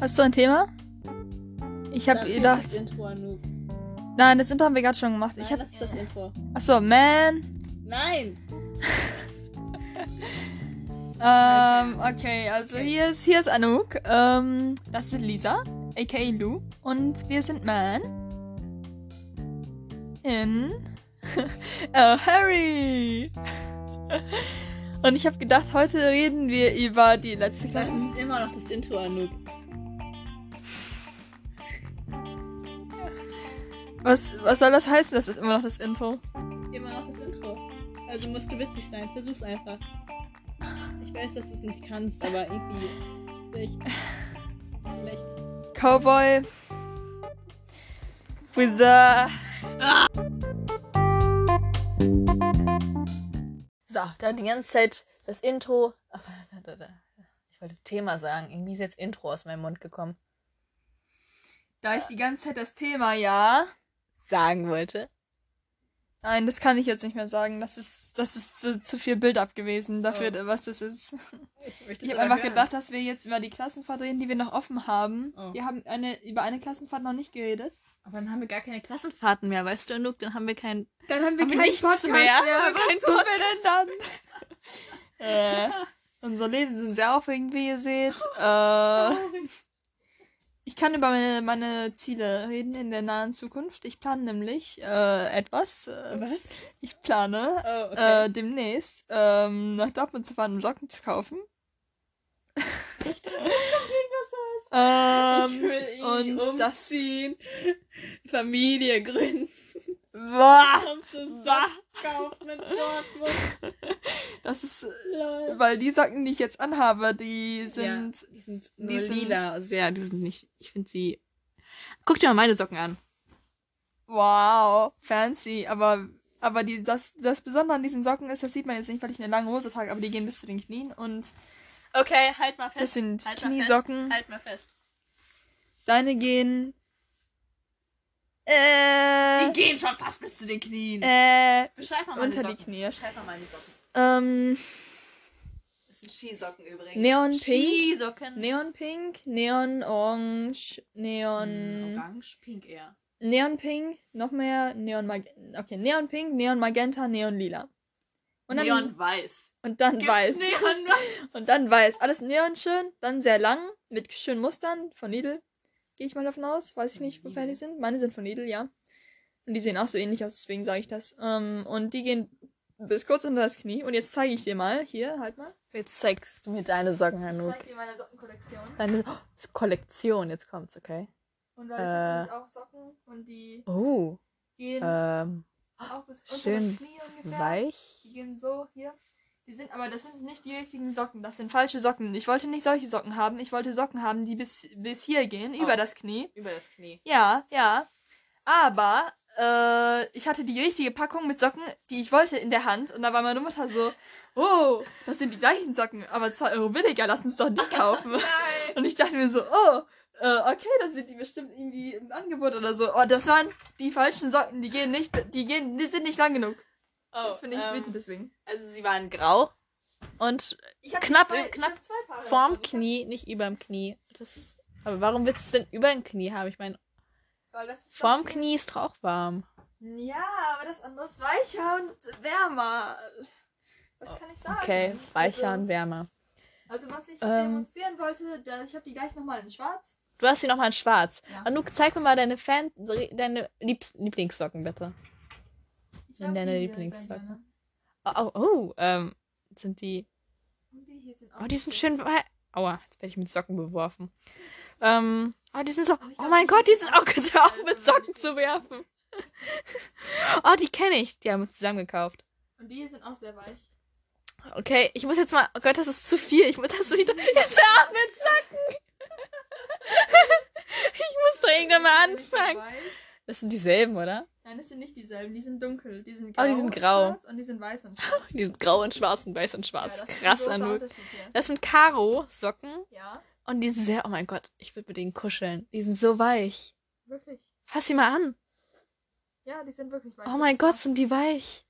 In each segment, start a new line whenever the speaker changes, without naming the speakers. Hast du ein Thema? Ich habe
Da fehlt
gedacht.
Das Intro an Noob.
Nein, das Intro haben wir gerade schon gemacht.
Nein,
ich habe.
das ist das Intro.
Achso, man.
Nein!
Ähm, okay, also
Okay.
hier ist hier ist Anouk. Ähm, das ist Lisa, aka Lou. Und wir sind Man. In. A Harry! Und ich habe gedacht, heute reden wir über die letzte
Das
Klasse.
ist immer noch das Intro an Noob.
Was, was soll das heißen? Das ist immer noch das Intro.
Immer noch das Intro. Also musst du witzig sein. Versuch's einfach. Ich weiß, dass du es nicht kannst, aber irgendwie. Vielleicht. Vielleicht.
Cowboy. Friseur.
So, da die ganze Zeit das Intro. Aber da, da, da. Ich wollte Thema sagen. Irgendwie ist jetzt Intro aus meinem Mund gekommen.
Da ich die ganze Zeit das Thema, ja.
Sagen wollte.
Nein, das kann ich jetzt nicht mehr sagen. Das ist, das ist zu, zu viel Build-up gewesen dafür, was Oh. das ist.
Ich, möchte
Ich
es
habe
aber
einfach
hören.
gedacht, dass wir jetzt über die Klassenfahrt reden, die wir noch offen haben.
Oh.
Wir haben eine, über eine Klassenfahrt noch nicht geredet.
Aber dann haben wir gar keine Klassenfahrten mehr, weißt du, Anouk? Dann haben wir keinen.
Dann haben wir
Haben wir
keinen
nichts
Podcast mehr.
mehr? Haben wir keinen
Was tun wir denn dann? äh, unser Leben sind sehr aufregend, wie ihr seht. Äh, ich kann über meine, meine Ziele reden in der nahen Zukunft. Ich plane nämlich äh, etwas. Äh,
Was?
ich plane
Oh, okay.
äh, demnächst ähm, nach Dortmund zu fahren, um Socken zu kaufen. Ähm,
ich will ihn
und
umziehen, Familie gründen,
das. Boah,
kommt zusammen,
Bah.
kauft mit Dortmund.
das ist. äh,
Lol.
Weil die Socken, die ich jetzt anhabe, die sind.
ja, die sind
die
nur
sind-
lila. Also, ja, die sind nicht. Ich finde sie. Guck dir mal meine Socken an.
Wow, fancy. Aber, aber die, das, das Besondere an diesen Socken ist, das sieht man jetzt nicht, weil ich eine lange Hose trage, aber die gehen bis zu den Knien und
Okay, halt mal fest.
das sind
halt Mal
Kniesocken.
fest. Halt mal fest.
Deine gehen.
Die
Äh.
gehen schon fast bis zu den Knien.
Äh.
Beschreib mal meine
Unter die
Socken.
Knie.
Beschreib mal meine Socken.
Ähm.
Das sind Skisocken übrigens.
Neonpink.
Skisocken.
Neonpink, Neonorange, Neon.
Hm, Orange, pink eher.
Neonpink, noch mehr Neon Mag okay, Neonpink, Neon Magenta, Neon Lila. Und dann,
Neon weiß.
und dann weiß.
Neon weiß.
Und dann weiß. Alles neon schön, dann sehr lang, mit schönen Mustern von Lidl. Gehe ich mal davon aus. Weiß ich
Von
nicht, woher die
Lidl?
sind. Meine sind von Lidl, ja. Und die sehen auch so ähnlich aus, deswegen sage ich das. Ähm, und die gehen bis kurz unter das Knie. Und jetzt zeige ich dir mal. Hier, halt mal.
Jetzt zeigst du mir deine Socken,
Ich
Anouk.
zeige dir meine Sockenkollektion.
Deine oh, Kollektion, jetzt kommt's, okay?
Und
ich hab nämlich
auch Socken. Und die
Oh,
gehen
ähm,
auch bis
unter schön das
Knie
weich.
Die gehen so hier. Die sind, aber das sind nicht die richtigen Socken. Das sind falsche Socken. Ich wollte nicht solche Socken haben. Ich wollte Socken haben, die bis, bis hier gehen,
Oh.
über das Knie.
Über das Knie.
Ja, ja. Aber äh, ich hatte die richtige Packung mit Socken, die ich wollte, in der Hand. Und da war meine Mutter so, oh, das sind die gleichen Socken, aber 2 Euro billiger, lass uns doch die kaufen.
Nein!
Und ich dachte mir so, oh, äh, okay, dann sind die bestimmt irgendwie im Angebot oder so. Oh, das waren die falschen Socken, die gehen nicht, die gehen, die sind nicht lang genug.
Oh,
das finde ich
ähm,
wütend deswegen.
Also sie waren grau und
Ich hab
Knapp
zwei,
im- knapp
ich hab zwei Paare
vorm
davon. Ich
Knie, nicht überm Knie. Das, aber warum willst du es denn über dem Knie haben? Ich meine,
Hab, weil das ist
vorm
doch-
Knie ist doch auch warm.
Ja, aber das andere ist weicher und wärmer. Was kann ich sagen?
Okay, weicher
also,
und wärmer.
Also was ich
Ähm.
demonstrieren wollte, da, ich habe die gleich nochmal in schwarz.
Du hast sie nochmal in schwarz.
Ja.
Anouk, zeig mir mal deine Fan, deine Liebs Lieblingssocken, bitte.
Ich
Sind
hab
deine
die hier
Lieblingssocken?
sehr gerne.
Oh, oh, oh ähm, sind die.
Und die hier sind auch
Oh, die sind
süß.
schön. wei- Aua, jetzt werde ich mit Socken beworfen. Ähm, oh, die sind so.
ich
Oh
glaub,
mein
die
Gott, die
sind
sind
auch
auch gedacht, auch
geil,
mit
wenn man
Socken
die
zu
isst.
werfen. oh, die kenne ich. Die haben wir zusammen gekauft.
Und die hier sind auch sehr weich.
Okay, ich muss jetzt mal. Oh Gott, das ist zu viel. Ich muss das wieder. Jetzt hör auf mit Socken! ich muss doch irgendwann mal
Die sind so
anfangen.
weich.
Das sind dieselben, oder?
Nein, das sind nicht dieselben. Die sind dunkel. Die sind
Oh,
grau.
die sind
und
grau.
schwarz Und die sind weiß und schwarz.
Die sind grau und schwarz und weiß und
Ja,
schwarz.
das ist ein
Krass,
großer
Anouk.
Unterschied hier.
Das sind Karo-Socken.
Ja,
Und die sind sehr, oh mein Gott, ich würde mit denen kuscheln. Die sind so weich.
wirklich.
Fass sie mal an.
Ja, die sind wirklich weich.
Oh mein
Das
Gott,
ist
sind die weich.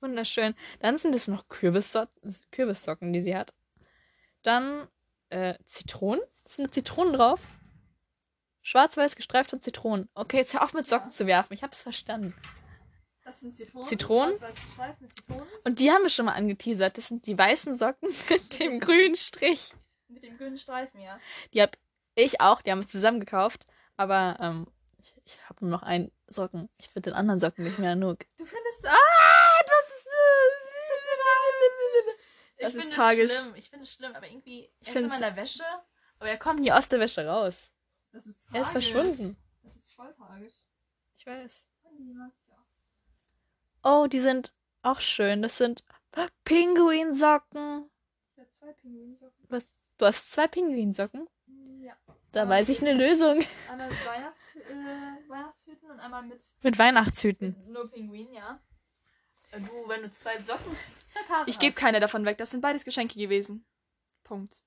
Wunderschön. Dann sind es noch Kürbissocken, Kürbissocken, die sie hat. Dann äh, Zitronen. Sind da Zitronen drauf? Schwarz-weiß gestreift und Zitronen. Okay, jetzt hör auf mit Socken zu werfen. Ich hab's verstanden.
Das sind Zitronen.
Zitronen?
Schwarz-weiß gestreift mit Zitronen.
Und die haben wir schon mal angeteasert. Das sind die weißen Socken mit dem grünen Strich.
Mit dem grünen Streifen, ja.
Die hab ich auch. Die haben wir zusammen gekauft. Aber ähm, ich, ich habe nur noch einen Socken. Ich finde den anderen Socken nicht mehr genug.
Du findest. Ah, das ist. Ich
Das ist
finde es
tragisch.
Schlimm. Ich finde es schlimm, aber irgendwie. Er ist
find's-
immer in der Wäsche.
Aber er kommt nie aus der Wäsche raus.
Das ist
Er ist verschwunden.
Das ist voll tragisch.
Ich weiß.
Und die mag ich auch.
Oh, die sind auch schön. Das sind Pinguinsocken.
Ich habe zwei Pinguinsocken.
Du hast zwei Pinguinsocken?
Ja.
Da weiß ich eine Lösung.
Einmal mit Weihnachts äh, Weihnachtshüten und einmal mit
Mit Weihnachtshüten.
nur Pinguin, ja. Du, wenn du zwei Socken, zwei Paare
Ich
Ich
geb
gebe keine davon weg. Das sind beides Geschenke gewesen. Punkt.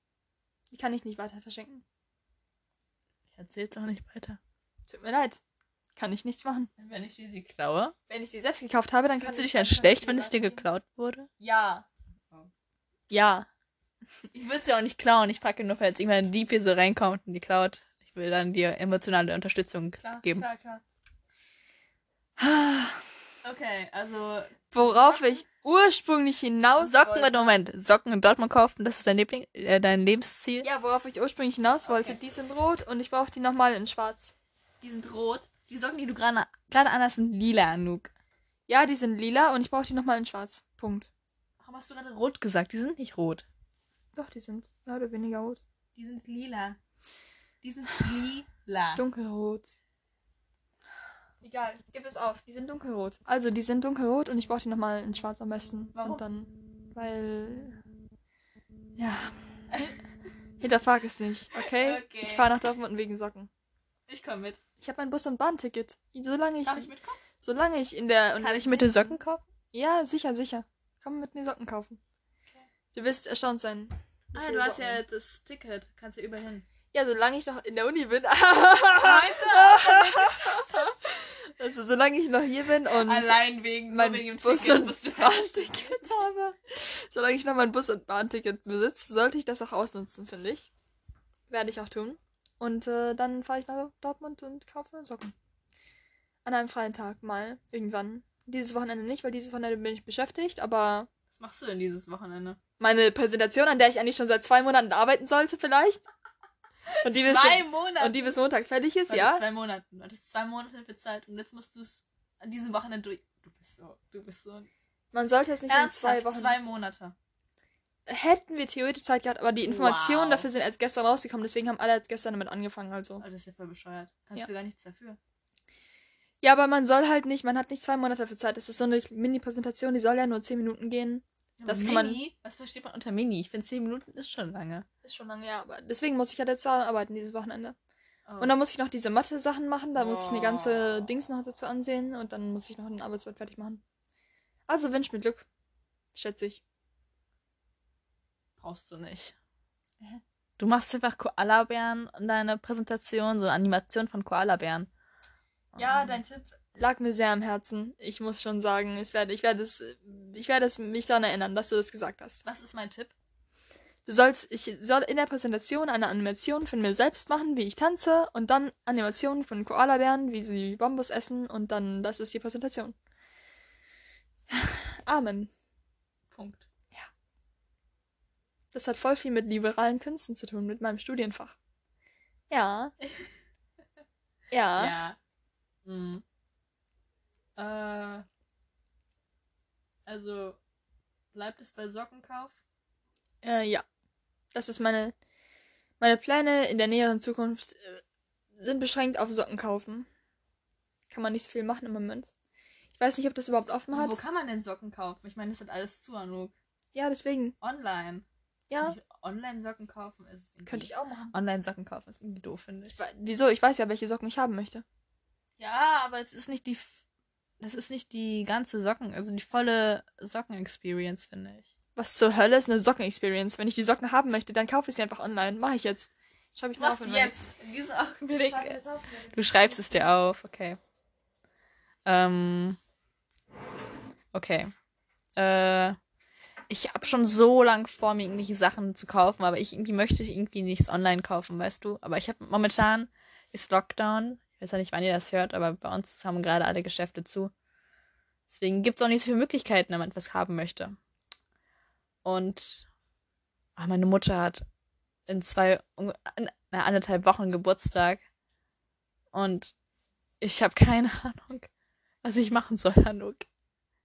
Die kann ich nicht weiter verschenken.
Erzähl's auch nicht weiter.
Tut mir leid. Kann ich nichts machen.
Wenn ich die sie klaue?
Wenn ich sie selbst gekauft habe, dann
Fühlst du dich dann schlecht, wenn es dir geklaut wurde?
Ja. Ja.
Ich würde sie auch nicht klauen. Ich packe nur, falls irgendwann ein Dieb hier so reinkommt und die klaut. Ich will dann dir emotionale Unterstützung geben.
klar, klar.
Okay, also
Worauf ich ursprünglich hinaus
Socken
wollte.
mit Moment. Socken in Dortmund kaufen, das ist dein Liebling, äh, dein Lebensziel.
Ja, worauf ich ursprünglich hinaus wollte. Die sind rot und ich brauche die nochmal in schwarz.
Die sind rot. Die Socken, die du gerade gerade an hast, sind lila, Anouk.
Ja, die sind lila und ich brauche die nochmal in schwarz. Punkt.
Warum hast du gerade rot gesagt? Die sind nicht rot.
Doch, die sind mehr oder weniger rot.
die sind lila. Die sind lila.
Dunkelrot. Egal, gib es auf. Die sind dunkelrot. Also, die sind dunkelrot und ich brauche die nochmal in schwarz am besten.
Warum?
Und dann, weil... Ja. Hinterfrag es nicht, okay?
Okay.
Ich fahre nach Dortmund wegen Socken.
Ich komme mit.
Ich habe mein Bus- und Bahnticket. Solange ich,
Darf ich mitkommen?
solange ich in der...
Kann ich mit den Socken kaufen?
Ja, sicher, sicher. Komm mit mir Socken kaufen. Du wirst erstaunt sein.
Ah,
Ah,
wie viele Socken.
das Ticket. Kannst ja überall hin.
Ja, solange ich noch in der Uni bin. also, solange ich noch hier bin und...
Allein wegen,
mein
nur wegen dem
Bus
Ticket
und
musst du halt
Bahnticket habe. Solange ich noch mein Bus- und Bahnticket besitze, sollte ich das auch ausnutzen, finde ich. Werde ich auch tun. Und äh, dann fahre ich nach Dortmund und kaufe Socken. An einem freien Tag mal, irgendwann. Dieses Wochenende nicht, weil dieses Wochenende bin ich beschäftigt, aber
Was machst du denn dieses Wochenende?
meine Präsentation, an der ich eigentlich schon seit zwei Monaten arbeiten sollte, vielleicht. Und die, bis,
Zwei Monate.
und die bis Montag fertig ist,
Warte,
ja.
Zwei Monate. Du hattest zwei Monate bezahlt und jetzt musst du es an diesem Wochenende durch. Du bist so. Du bist so.
Man sollte es nicht in
Ernsthaft?
zwei Wochen.
Zwei Monate.
hätten wir theoretisch Zeit gehabt, aber die Informationen
Wow.
dafür sind erst gestern rausgekommen, deswegen haben alle erst gestern damit angefangen,
Oh,
also.
das ist ja voll bescheuert. Kannst
Ja.
du gar nichts dafür.
Ja, aber man soll halt nicht, man hat nicht zwei Monate dafür Zeit. Das ist so eine Mini-Präsentation, die soll ja nur zehn Minuten gehen. Das kann man-
Mini, Was versteht man?
Unter Mini. Ich finde, 10 Minuten ist schon lange.
Ist schon lange, ja, aber deswegen muss ich halt jetzt daran arbeiten dieses Wochenende.
Oh.
Und dann muss ich noch diese Mathe-Sachen machen, da muss ich eine ganze
Wow.
Dings noch dazu ansehen und dann muss ich noch ein Arbeitsblatt fertig machen. Also wünsch mir Glück. Schätze ich.
Brauchst du nicht.
Hä?
Du machst einfach Koalabären in deiner Präsentation, so eine Animation von Koalabären. Ähm,
Tipp lag mir sehr am Herzen. Ich muss schon sagen, ich werde, ich werde es, ich werde es mich daran erinnern, dass du das gesagt hast.
Was ist mein Tipp?
Du sollst, ich soll in der Präsentation eine Animation von mir selbst machen, wie ich tanze, und dann Animationen von Koalabären, wie sie Bambus essen, und dann, das ist die Präsentation. Amen.
Punkt.
Das hat voll viel mit liberalen Künsten zu tun, mit meinem Studienfach. Ja. Ja.
Ja. Mhm. Äh, also, bleibt es bei Sockenkauf?
Äh, ja. Das ist meine, meine Pläne in der näheren Zukunft äh, sind beschränkt auf Socken kaufen. Kann man nicht so viel machen im Moment. Ich weiß nicht, ob das überhaupt offen
Und
hat.
Wo kann man denn Socken kaufen? Ich meine, das hat alles zu, Anouk.
Ja, deswegen.
Online.
Ja.
Kann ich Online Socken kaufen ist irgendwie-
Könnte ich auch machen.
Online-Socken kaufen ist irgendwie doof, finde ich.
Ich wei- Wieso? Ich weiß ja, welche Socken ich haben möchte.
Ja, aber es ist nicht die. f- Das ist nicht die ganze Socken, also die volle Socken-Experience, finde ich.
Was zur Hölle ist eine Socken-Experience? Wenn ich die Socken haben möchte, dann kaufe ich sie einfach online. Mache ich jetzt. Schreibe ich mir auf.
Mach's
in meine-
jetzt. In diesem Augenblick.
Blick. äh, Du schreibst es dir auf, okay. Ähm. Okay. Äh. Ich habe schon so lang vor, mir irgendwelche Sachen zu kaufen, aber ich irgendwie möchte irgendwie nichts online kaufen, weißt du? Aber ich habe momentan, ist Lockdown. Ich weiß ja nicht, wann ihr das hört, aber bei uns haben gerade alle Geschäfte zu. Deswegen gibt es auch nicht so viele Möglichkeiten, wenn man etwas haben möchte. Und ah, meine Mutter hat in zwei, unge- an- na, anderthalb Wochen Geburtstag. Und ich habe keine Ahnung, was ich machen soll, Hanuk.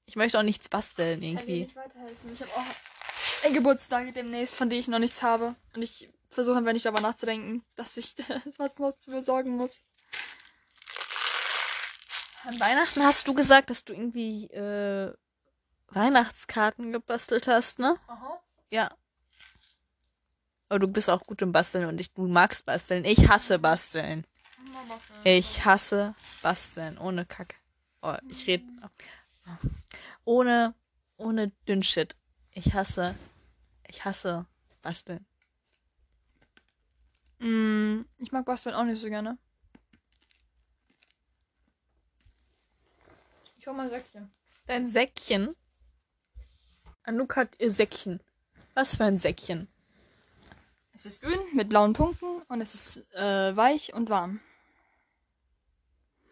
Ich möchte auch nichts basteln
Ich kann dir
irgendwie.
nicht weiterhelfen. Ich habe auch einen Geburtstag demnächst, von dem ich noch nichts habe. Und ich versuche einfach nicht darüber nachzudenken, dass ich was noch zu besorgen muss.
An Weihnachten hast du gesagt, dass du irgendwie äh, Weihnachtskarten gebastelt hast, ne?
Aha.
Ja. Aber du bist auch gut im Basteln und ich, du magst basteln. Ich hasse basteln. Ich hasse basteln. Ohne Kack. Oh, ich rede. Ohne, ohne Dünnshit. Ich hasse. Ich hasse basteln.
Mm, ich mag Basteln auch nicht so gerne. Ich hol mal Säckchen.
Dein Säckchen. Anouk hat ihr Säckchen. Was für ein Säckchen?
Es ist grün mit blauen Punkten und es ist äh, weich und warm.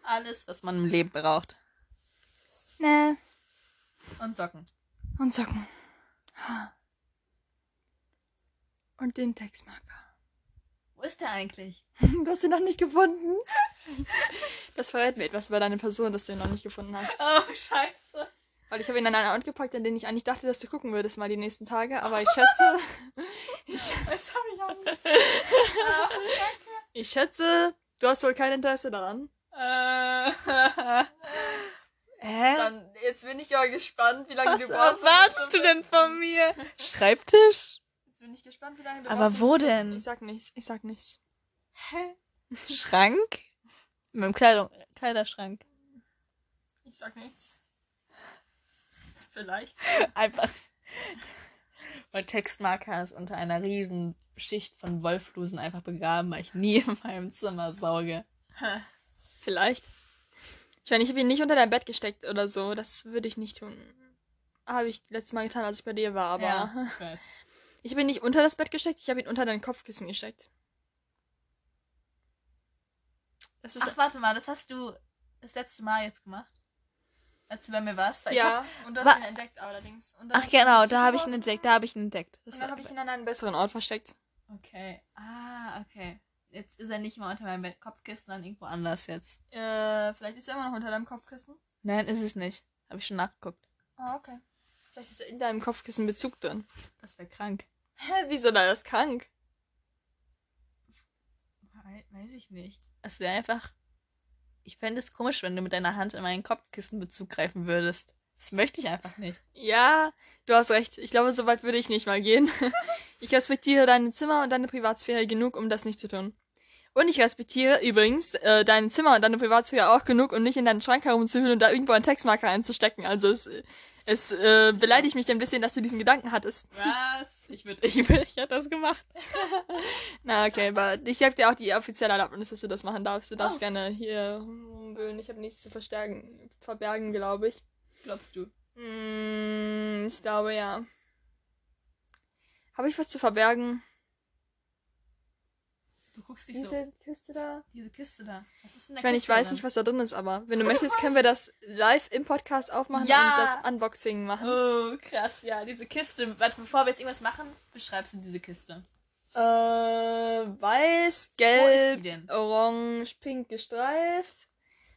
Alles, was man im Leben braucht.
Nee.
Und Socken.
Und Socken. Und den Textmarker.
Wo ist der eigentlich?
Du hast ihn noch nicht gefunden. Das verrät mir etwas über deine Person, dass du ihn noch nicht gefunden hast.
Oh, scheiße.
Weil ich habe ihn an einen Ort gepackt, an den ich eigentlich dachte, dass du gucken würdest mal die nächsten Tage. Aber ich schätze,
Jetzt habe ich Angst.
ich schätze, du hast wohl kein Interesse daran.
Äh. Hä?
Dann, jetzt bin ich ja gespannt, wie lange
Was
du brauchst. um
erwartest du denn von mir? Schreibtisch?
Jetzt bin ich gespannt, wie lange du
Aber
brauchst.
wo denn?
Ich sag nichts, ich sag nichts.
Hä? Schrank? Mit dem Kleidung Kleiderschrank.
Ich sag nichts. Vielleicht.
Einfach. Mein Textmarker ist unter einer riesen Schicht von Wollflusen einfach begraben, weil ich nie in meinem Zimmer sauge.
Vielleicht. Ich meine, ich habe ihn nicht unter dein Bett gesteckt oder so. Das würde ich nicht tun. Habe ich letztes Mal getan, als ich bei dir war, aber.
Ja, ich weiß.
Ich habe ihn nicht unter das Bett gesteckt, ich habe ihn unter dein Kopfkissen gesteckt. Das ist.
Ach, warte mal, das hast du das letzte Mal jetzt gemacht. Als du bei mir warst. Weil ich hab-
ja, und du
wa-
hast ihn entdeckt allerdings. Und dann
Ach
hast du ihn
genau,
dazu
da habe ich ihn
geworfen
entdeckt, da habe ich ihn entdeckt. Das
Und dann
war-
habe ich ihn an einen besseren Ort versteckt.
Okay. Ah, okay. Jetzt ist er nicht mehr unter meinem Bett- Kopfkissen, sondern irgendwo anders jetzt.
Äh, vielleicht ist er immer noch unter deinem Kopfkissen.
Nein, ist es nicht. Habe ich schon nachgeguckt.
Ah, okay. Vielleicht ist er in deinem Kopfkissen Bezug drin.
Das wäre krank.
Hä, wieso da? Das ist krank.
Wei- Weiß ich nicht. Es wäre einfach. Ich fände es komisch, wenn du mit deiner Hand in meinen Kopfkissenbezug greifen würdest. Das möchte ich einfach nicht.
Ja, du hast recht. Ich glaube, so weit würde ich nicht mal gehen. Ich respektiere deine Zimmer und deine Privatsphäre genug, um das nicht zu tun. Und ich respektiere übrigens äh, dein Zimmer und deine Privatsphäre auch genug, um nicht in deinen Schrank herumzuhüllen und da irgendwo einen Textmarker einzustecken. Also es, es äh, beleidigt mich ein bisschen, dass du diesen Gedanken hattest.
Was? Ich würde. Ich würde. Ich hätte das gemacht.
Na, okay, aber ich gebe dir auch die offizielle Erlaubnis, dass du das machen darfst. Du darfst
Oh.
gerne hier rumbüllen. Ich habe nichts zu verstärken, verbergen, glaube ich.
Glaubst du?
Mm, ich glaube ja. Habe ich was zu verbergen?
Du guckst dich so.
Diese Kiste da?
Diese Kiste da. Was ist denn
Ich meine, ich weiß nicht, was da drin ist, aber wenn du möchtest, können wir das live im Podcast aufmachen
Ja.
und das Unboxing machen.
Oh, krass, ja, diese Kiste. Warte, bevor wir jetzt irgendwas machen, beschreibst du diese Kiste.
Äh, weiß,
Wo ist die
gelb,
denn?
orange, pink gestreift.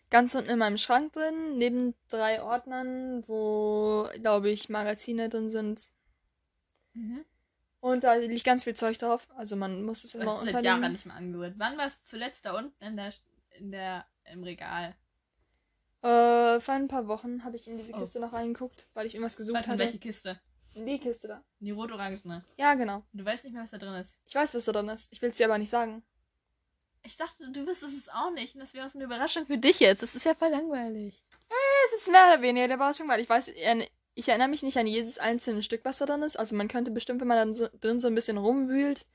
Ganz unten in meinem Schrank drin, neben drei Ordnern, wo, glaube ich, Magazine drin sind.
Mhm.
Und da liegt ganz viel Zeug drauf. Also man muss es immer
Das ist seit Jahren
unternehmen.
nicht mehr angerührt. Wann warst du zuletzt da unten in der, in der, im Regal?
Äh, vor ein paar Wochen habe ich in diese
Oh.
Kiste noch reingeguckt, weil ich irgendwas gesucht
Warte,
hatte.
welche Kiste?
In die Kiste da.
Die rot-orangene.
Ja, genau.
Du weißt nicht mehr, was da drin ist.
Ich weiß, was da drin ist. Ich will es dir aber nicht sagen.
Ich dachte, du wüsstest es auch nicht. Und das wäre auch so eine Überraschung für dich jetzt. Das ist ja voll langweilig.
Es ist mehr oder weniger der Überraschung, weil ich weiß, äh, ich erinnere mich nicht an jedes einzelne Stück, was da drin ist. Also man könnte bestimmt, wenn man dann so, drin so ein bisschen rumwühlt,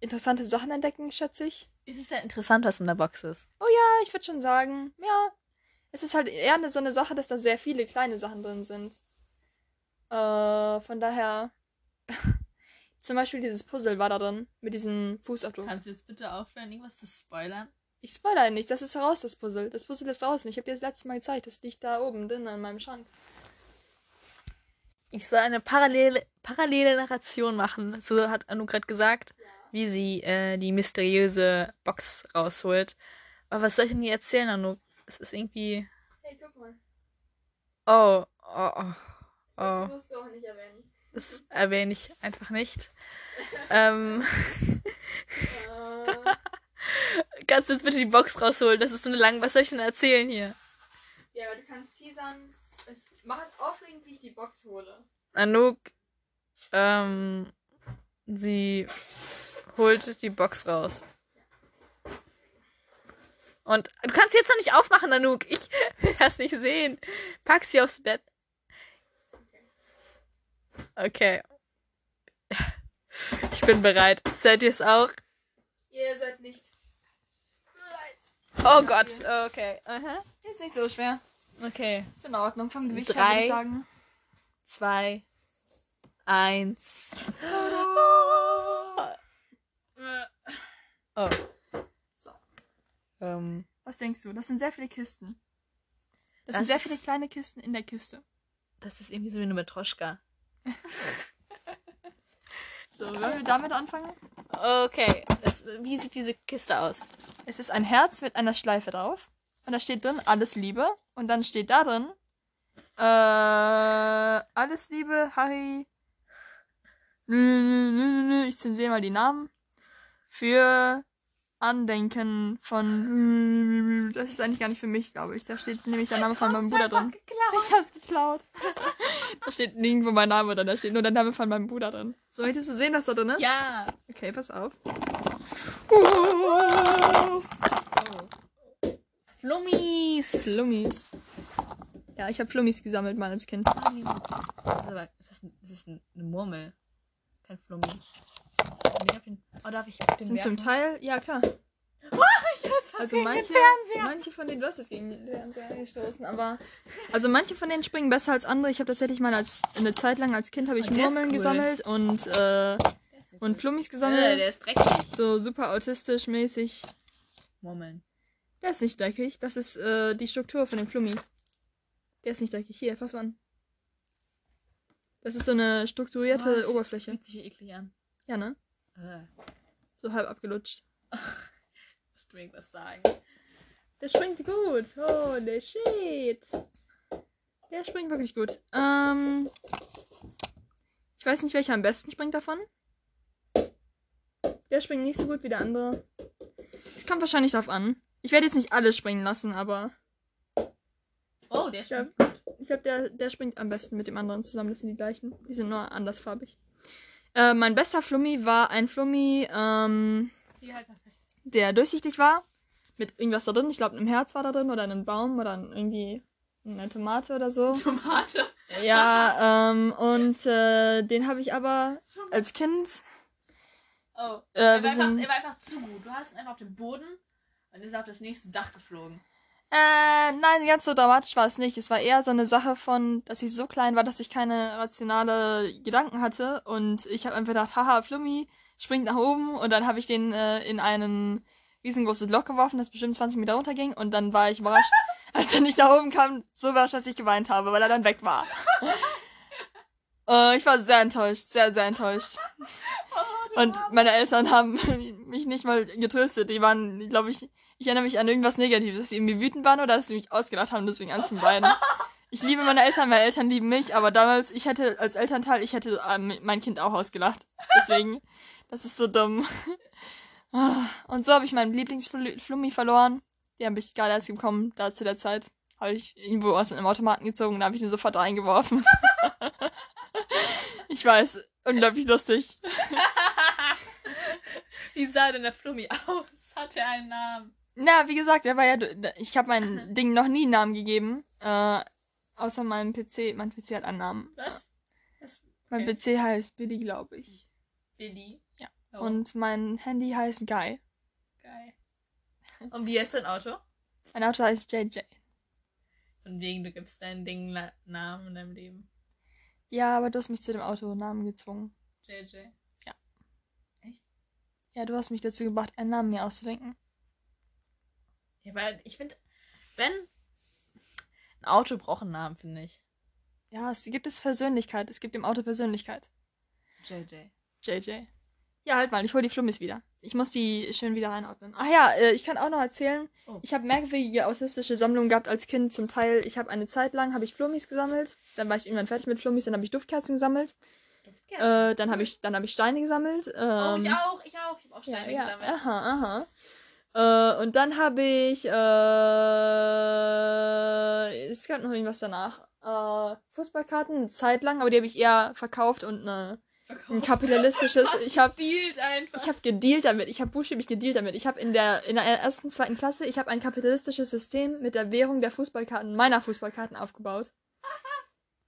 interessante Sachen entdecken, schätze ich.
Es ist ja interessant, was in der Box ist.
Ja, ich würde schon sagen, ja. Es ist halt eher eine- so eine Sache, dass da sehr viele kleine Sachen drin sind. Äh, von daher. Zum Beispiel dieses Puzzle war da drin, mit diesem Fußabdruck.
Kannst du jetzt bitte aufhören, irgendwas zu spoilern?
Ich spoilere nicht, das ist raus, das Puzzle. Das Puzzle ist draußen. Ich habe dir das letzte Mal gezeigt. Das liegt da oben drin an meinem Schrank.
Ich soll eine parallele, parallele Narration machen. So hat Anu gerade gesagt, wie sie äh, die mysteriöse Box rausholt. Aber was soll ich denn dir erzählen, Anu? Es ist irgendwie.
Hey, guck mal.
Oh, oh, oh. oh.
musst du auch nicht erwähnen.
Das erwähne ich einfach nicht. ähm,
Äh,
kannst du jetzt bitte die Box rausholen? Das ist so eine lange. Was soll ich denn erzählen hier?
ja, aber du kannst teasern. Es, mach es aufregend, wie ich die Box hole.
Anouk, ähm, sie holt die Box raus. Und du kannst sie jetzt noch nicht aufmachen, Anouk. Ich will das nicht sehen. Pack sie aufs Bett. Okay. Ich bin bereit. Seid ihr es auch?
Ihr seid nicht.
Oh Gott. Okay. Aha.
Ist nicht so schwer.
Okay.
Ist in Ordnung. Vom Gewicht her
Drei.
würde ich sagen.
zwei, eins. Ah. Oh.
So.
Ähm,
Was denkst du? Das sind sehr viele Kisten. Das,
Das
sind sehr
ist-
viele kleine Kisten in der Kiste.
das ist irgendwie so wie eine Matroschka.
So, Äh,
ne?
wollen wir damit anfangen?
Okay. Das, wie sieht diese Kiste aus?
Es ist ein Herz mit einer Schleife drauf. Und da steht drin alles Liebe. Und dann steht da drin äh, alles Liebe, Harry. Nö, nö, nö, nö, nö. Ich zensiere mal die Namen. Für Andenken von. Das ist eigentlich gar nicht für mich, glaube ich. Da steht nämlich der Name von meinem Bruder drin. Ich hab's geklaut. da steht nirgendwo mein Name drin. Da steht nur der Name von meinem Bruder drin. So, möchtest du sehen, was da drin ist?
Ja.
Okay, pass auf.
Oh. Flummis.
Flummis. Ja, ich habe Flummis gesammelt, mal als Kind.
Das ist aber, das ist, ein- das ist ein- eine Murmel. Kein Flummi. Nee, auf den- Oh, darf ich auf den
Sind zum
werfen?
Teil, ja klar. Also manche, manche von denen, du hast es gegen den Fernseher gestoßen, aber also manche von denen springen besser als andere. Ich habe tatsächlich mal als eine Zeit lang als Kind habe ich
Oh, der ist
Murmeln
cool.
gesammelt und äh, und Flummis
Äh, der
gesammelt,
ist dreckig.
so super autistisch mäßig.
Murmeln.
Der ist nicht dreckig, das ist äh, die Struktur von dem Flummi. Der ist nicht dreckig. Hier, fass mal an. Das ist so eine strukturierte
Was?
Oberfläche.
Fühlt sich hier eklig an.
Ja, ne?
Äh,
So halb abgelutscht.
musst du irgendwas sagen?
Der springt gut. Holy shit. Der springt wirklich gut. Ähm. Ich weiß nicht, welcher am besten springt davon. Der springt nicht so gut wie der andere. Es kommt wahrscheinlich drauf an. Ich werde jetzt nicht alle springen lassen, aber
Oh, der
ich glaube, ich glaub, der, der springt am besten mit dem anderen zusammen. Das sind die gleichen. Die sind nur andersfarbig. Äh, mein bester Flummi war ein Flummi, ähm,
Die halt mal fest.
der durchsichtig war. Mit irgendwas da drin. Ich glaube, einem Herz war da drin oder einem Baum oder ein- irgendwie eine Tomate oder so.
Tomate.
Ja, ähm, und äh, den habe ich aber
Ähm,
als Kind.
Oh.
Äh,
er,
wir
war einfach,
sind,
er war einfach zu gut. Du hast ihn einfach auf den Boden und ist auf das nächste Dach geflogen.
äh, nein, ganz so dramatisch war es nicht. Es war eher so eine Sache von, dass ich so klein war, dass ich keine rationale Gedanken hatte. Und ich habe einfach gedacht, haha, Flummi springt nach oben. Und dann habe ich den äh, in einen riesengroßes Loch geworfen, das bestimmt 20 Meter runterging. Und dann war ich überrascht, als er nicht nach oben kam, so überrascht, dass ich geweint habe, weil er dann weg war. äh, ich war sehr enttäuscht, sehr, sehr enttäuscht. Und meine Eltern haben mich nicht mal getröstet. Die waren, glaube ich, ich erinnere mich an irgendwas Negatives, dass sie irgendwie wütend waren oder dass sie mich ausgelacht haben, deswegen eins von beiden. Ich liebe meine Eltern, meine Eltern lieben mich, aber damals, ich hätte als Elternteil, ich hätte ähm, mein Kind auch ausgelacht. Deswegen, das ist so dumm. Ah, Und so habe ich meinen Lieblingsflummi verloren. Die habe ich gerade erst bekommen, da zu der Zeit. Habe ich irgendwo aus einem Automaten gezogen und habe ich ihn sofort reingeworfen. ich weiß, unglaublich lustig.
Wie sah denn der Flummi aus? Hat er einen Namen?
Na, wie gesagt, er war ja. Ich habe meinem Ding noch nie einen Namen gegeben. Äh, außer meinem PC. Mein PC hat einen Namen.
Was? Das
Mein
Okay.
PC heißt Billy, glaube ich.
Billy.
Ja.
Oh,
Und mein Handy heißt Guy.
geil. Und wie heißt dein Auto?
Mein Auto heißt JJ.
Von wegen, du gibst deinen Dingen La Namen in deinem Leben.
Ja, aber du hast mich zu dem Autonamen gezwungen.
JJ.
Ja.
Echt?
Ja, du hast mich dazu gebracht, einen Namen mir auszudenken.
Ja, weil ich finde, wenn ein Auto braucht einen Namen, finde ich.
Ja, es gibt es Persönlichkeit. Es gibt dem Auto Persönlichkeit.
JJ.
JJ. Ja, halt mal, ich hole die Flummis wieder. Ich muss die schön wieder reinordnen. Ach ja, äh, ich kann auch noch erzählen,
Oh.
ich habe merkwürdige autistische Sammlungen gehabt als Kind. Zum Teil, ich habe eine Zeit lang, habe ich Flummis gesammelt. Dann war ich irgendwann fertig mit Flummis, dann habe ich Duftkerzen gesammelt. Äh, dann habe ich, dann hab ich Steine gesammelt.
oh, ich
ähm,
auch, ich auch. Ich habe auch Steine
ja,
gesammelt.
Ja, aha, aha. Äh, und dann habe ich, äh, es gab noch irgendwas danach. Äh, Fußballkarten, eine Zeit lang, aber die habe ich eher verkauft und eine,
Oh.
ein kapitalistisches. Ich habe
Dealt einfach.
ich habe gedealt damit. Ich habe buchstäblich gedealt damit. Ich habe in der, in der ersten, zweiten Klasse, ich habe ein kapitalistisches System mit der Währung der Fußballkarten, meiner Fußballkarten aufgebaut.